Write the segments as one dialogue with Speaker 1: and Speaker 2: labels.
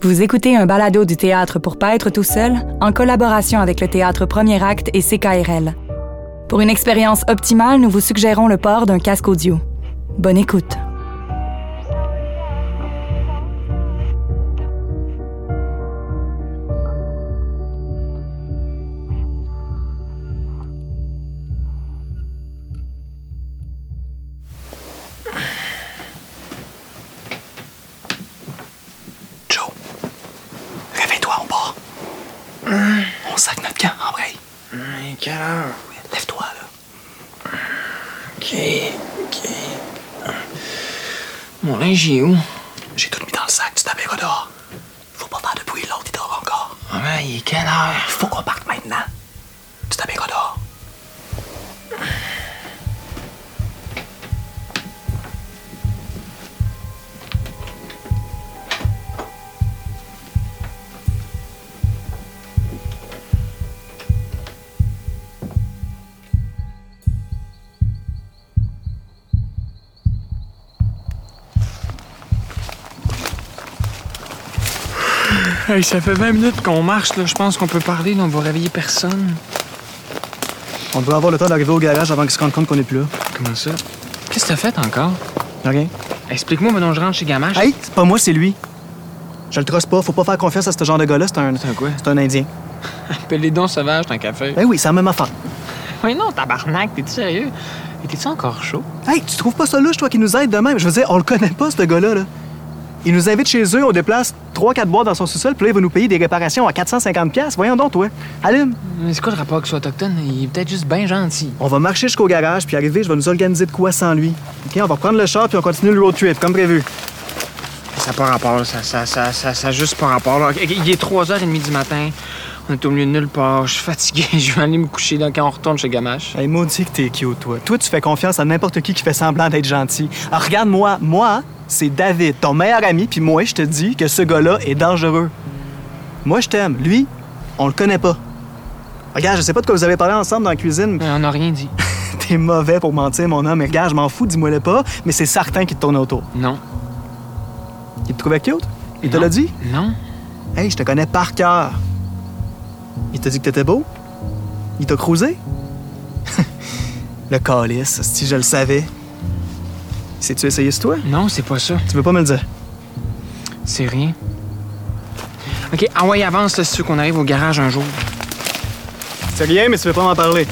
Speaker 1: Vous écoutez un balado du théâtre pour pas être tout seul en collaboration avec le théâtre Premier Acte et CKRL. Pour une expérience optimale, nous vous suggérons le port d'un casque audio. Bonne écoute.
Speaker 2: Joe, réveille-toi, on part. On sac notre camp, en vrai.
Speaker 3: Mais Hum. quelle heure?
Speaker 2: Lève-toi, là.
Speaker 3: Ok, ok. Mon linge est où?
Speaker 2: J'ai tout mis dans le sac, tu t'appelleras dehors. Faut pas faire de bruit, l'autre, il dort encore.
Speaker 3: Maman, il est quelle heure?
Speaker 2: Faut qu'on parte maintenant. Tu t'appelleras dehors.
Speaker 3: Hey, ça fait 20 minutes qu'on marche, là. Je pense qu'on peut parler, là. On va réveiller personne.
Speaker 4: On doit avoir le temps d'arriver au garage avant qu'ils se rendent compte qu'on n'est plus là.
Speaker 3: Comment ça? Qu'est-ce que t'as fait encore?
Speaker 4: Rien.
Speaker 3: Explique-moi, maintenant, je rentre chez Gamache.
Speaker 4: Hey, c'est pas moi, c'est lui. Je le trosse pas. Faut pas faire confiance à ce genre de gars-là. C'est un.
Speaker 3: C'est un quoi?
Speaker 4: C'est un Indien.
Speaker 3: Appelle les dons sauvages d'un café.
Speaker 4: Eh oui, c'est la même affaire.
Speaker 3: Mais non, tabarnak, t'es-tu sérieux? Et T'es-tu encore chaud?
Speaker 4: Hey, tu trouves pas ça louche, toi, qui nous aide de même? Je veux dire, on le connaît pas, ce gars-là. Là. Il nous invite chez eux, on déplace 3-4 bois dans son sous-sol, puis là, il va nous payer des réparations à 450$. Voyons donc, toi. Allume.
Speaker 3: Mais c'est quoi le rapport qu'il soit autochtone? Il est peut-être juste bien gentil.
Speaker 4: On va marcher jusqu'au garage, puis arriver, je vais nous organiser de quoi sans lui. OK, on va prendre le char, puis on continue le road trip, comme prévu.
Speaker 3: Ça n'a pas rapport, ça, ça, ça, ça, ça a juste pas rapport. là. Il est 3h30 du matin, on est au milieu de nulle part, je suis fatigué, je vais aller me coucher là, quand on retourne chez Gamache.
Speaker 4: Hey, maudit que t'es cute, toi. Toi, tu fais confiance à n'importe qui qui fait semblant d'être gentil. Alors, regarde-moi. Moi, c'est David, ton meilleur ami, puis moi, je te dis que ce gars-là est dangereux. Moi, je t'aime. Lui, on le connaît pas. Regarde, je sais pas de quoi vous avez parlé ensemble dans la cuisine.
Speaker 3: Mais Euh, on n'a rien dit.
Speaker 4: T'es mauvais pour mentir, mon homme. Mais regarde, je m'en fous, dis-moi-le pas, mais c'est certain qu'il te tourne autour.
Speaker 3: Non.
Speaker 4: Il te trouvait cute? Il te
Speaker 3: Non.
Speaker 4: l'a dit?
Speaker 3: Non.
Speaker 4: Hey, je te connais par cœur. Il t'a dit que t'étais beau? Il t'a cruisé? le calice, si je le savais. Sais-tu essayé sur toi?
Speaker 3: Non, c'est pas ça.
Speaker 4: Tu veux pas me le dire?
Speaker 3: C'est rien. OK, ah ouais, avance, là, si tu veux qu'on arrive au garage un jour.
Speaker 4: C'est rien, mais tu veux pas m'en parler.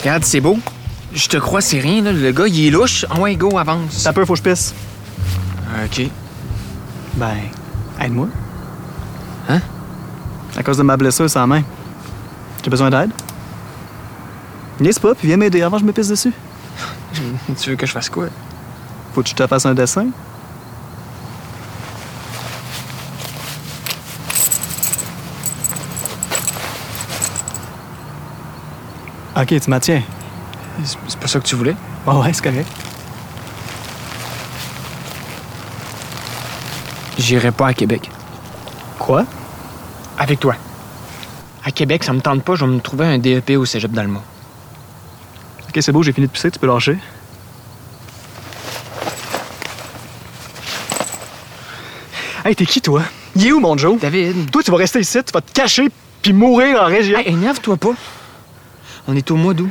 Speaker 3: Regarde, c'est beau. Je te crois, c'est rien, là. Le gars, il est louche. Ah ouais, go, avance.
Speaker 4: Ça peut, faut que je pisse.
Speaker 3: OK.
Speaker 4: Ben, aide-moi.
Speaker 3: Hein?
Speaker 4: À cause de ma blessure sans main. J'ai besoin d'aide? Niaise pas, puis viens m'aider avant que je me pisse dessus.
Speaker 3: tu veux que je fasse quoi?
Speaker 4: Faut que je te fasse un dessin? Ok, tu m'attiens.
Speaker 3: C'est c'est pas ça que tu voulais?
Speaker 4: Ouais, ouais, c'est correct.
Speaker 3: J'irai pas à Québec.
Speaker 4: Quoi?
Speaker 3: Avec toi. À Québec, ça me tente pas, je vais me trouver un DEP au cégep d'Alma.
Speaker 4: Ok, c'est beau, j'ai fini de pisser, tu peux lâcher. Hey, t'es qui, toi? Il est où, mon Joe?
Speaker 3: David!
Speaker 4: Toi, tu vas rester ici, tu vas te cacher puis mourir en région.
Speaker 3: Hey, énerve-toi pas. On est au mois d'août.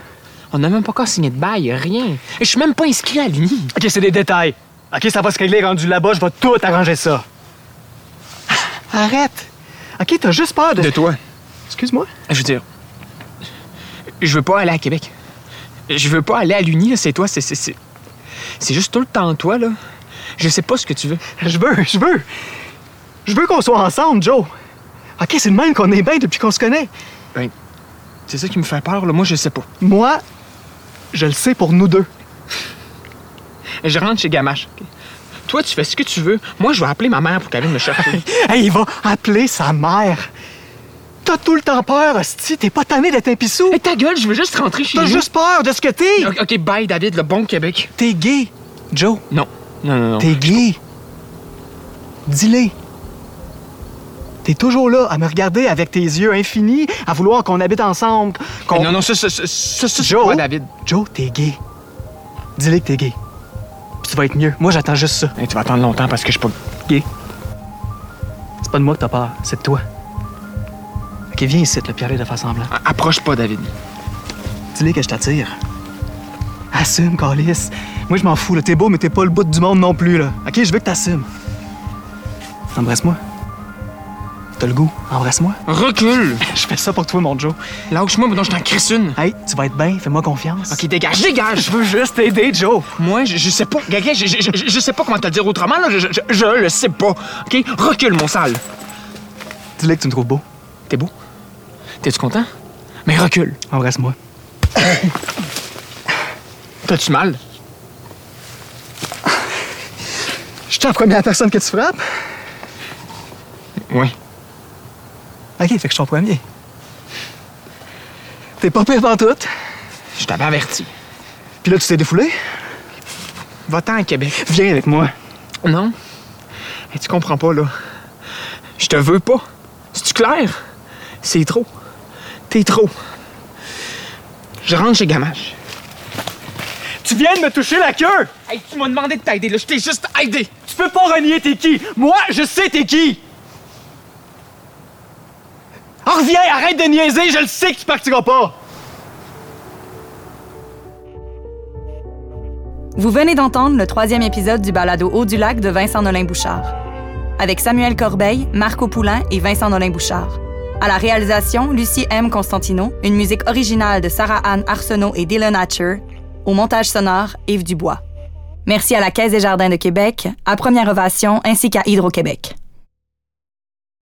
Speaker 3: On n'a même pas encore signé de bail, rien. Je suis même pas inscrit à l'Uni.
Speaker 4: Ok, c'est des détails. Ok, ça va se régler rendu là-bas, je vais tout arranger ça. Arrête! Ok, t'as juste peur de.
Speaker 3: toi?
Speaker 4: Excuse-moi?
Speaker 3: Je veux dire, je veux pas aller à Québec. Je veux pas aller à l'Uni, là, c'est toi, c'est, c'est, c'est... c'est juste tout le temps toi, là. Je sais pas ce que tu veux.
Speaker 4: Je veux, je veux. Je veux qu'on soit ensemble, Joe. Ok, c'est le même qu'on est bien depuis qu'on se connaît.
Speaker 3: Ben, c'est ça qui me fait peur, là. Moi, je sais pas.
Speaker 4: Moi, je le sais pour nous deux.
Speaker 3: Je rentre chez Gamache. ok? Toi, tu fais ce que tu veux. Moi, je vais appeler ma mère pour qu'elle vienne me chercher.
Speaker 4: Hey, il va appeler sa mère. T'as tout le temps peur, hostie. T'es pas tanné d'être un pissou.
Speaker 3: Hey, ta gueule, je veux juste rentrer chez
Speaker 4: T'as
Speaker 3: nous.
Speaker 4: juste peur de ce que t'es.
Speaker 3: Ok, ok, bye, David, le bon Québec.
Speaker 4: T'es gay, Joe.
Speaker 3: Non. Non, non, non.
Speaker 4: T'es gay. Dis-le. T'es toujours là à me regarder avec tes yeux infinis, à vouloir qu'on habite ensemble. qu'on-
Speaker 3: Non, non, ça, ça, ça, ça, ça, c'est
Speaker 4: Joe,
Speaker 3: toi, David.
Speaker 4: Joe, t'es gay. Dis-le que t'es gay. puis tu vas être mieux. Moi, j'attends juste ça.
Speaker 3: Hey, tu vas attendre longtemps parce que je suis pas
Speaker 4: OK? C'est pas de moi que t'as peur, c'est de toi. OK, viens ici, le pierre de faire semblant.
Speaker 3: A- Approche pas, David.
Speaker 4: Dis-lui que je t'attire. Assume, Carlis. Moi, je m'en fous. là. T'es beau, mais t'es pas le bout du monde non plus. Là. OK, je veux que t'assumes. Embrasse-moi. T'as le goût. Embrasse-moi.
Speaker 3: Recule!
Speaker 4: Je fais ça pour toi, mon Joe.
Speaker 3: Lâche-moi, maintenant je t'en crisse une.
Speaker 4: Hey, tu vas être bien. Fais-moi confiance.
Speaker 3: Ok, dégage, dégage!
Speaker 4: Je veux juste t'aider, Joe.
Speaker 3: Moi, je, je sais pas. Gaga, je, je- je- je sais pas comment te le dire autrement, là. Je, je- je le sais pas. OK? Recule, mon sale.
Speaker 4: Dis-lui que tu me trouves beau.
Speaker 3: T'es beau? T'es-tu content? Mais recule.
Speaker 4: Embrasse-moi.
Speaker 3: T'as-tu mal?
Speaker 4: Je suis la première personne que tu frappes.
Speaker 3: Oui.
Speaker 4: OK, fait que je suis en premier. T'es pas pire pantoute.
Speaker 3: Je t'avais averti.
Speaker 4: Puis là, tu t'es défoulé.
Speaker 3: Va-t'en à Québec.
Speaker 4: Viens avec moi.
Speaker 3: Non? Hey, tu comprends pas, là. Je te veux pas. C'est-tu clair? C'est trop. T'es trop. Je rentre chez Gamache.
Speaker 5: Tu viens de me toucher la queue!
Speaker 3: Hey, tu m'as demandé de t'aider, là. Je t'ai juste aidé.
Speaker 5: Tu peux pas renier t'es qui! Moi, je sais t'es qui! En reviens, arrête de niaiser, je le sais que tu partiras pas!
Speaker 1: Vous venez d'entendre le troisième épisode du balado Haut du Lac de Vincent Nolin Bouchard. Avec Samuel Corbeil, Marco Poulain et Vincent Nolin Bouchard. À la réalisation, Lucie M. Constantino, une musique originale de Sarah-Anne Arsenault et Dylan Hatcher. Au montage sonore, Yves Dubois. Merci à la Caisse des Jardins de Québec, à Première Ovation ainsi qu'à Hydro-Québec.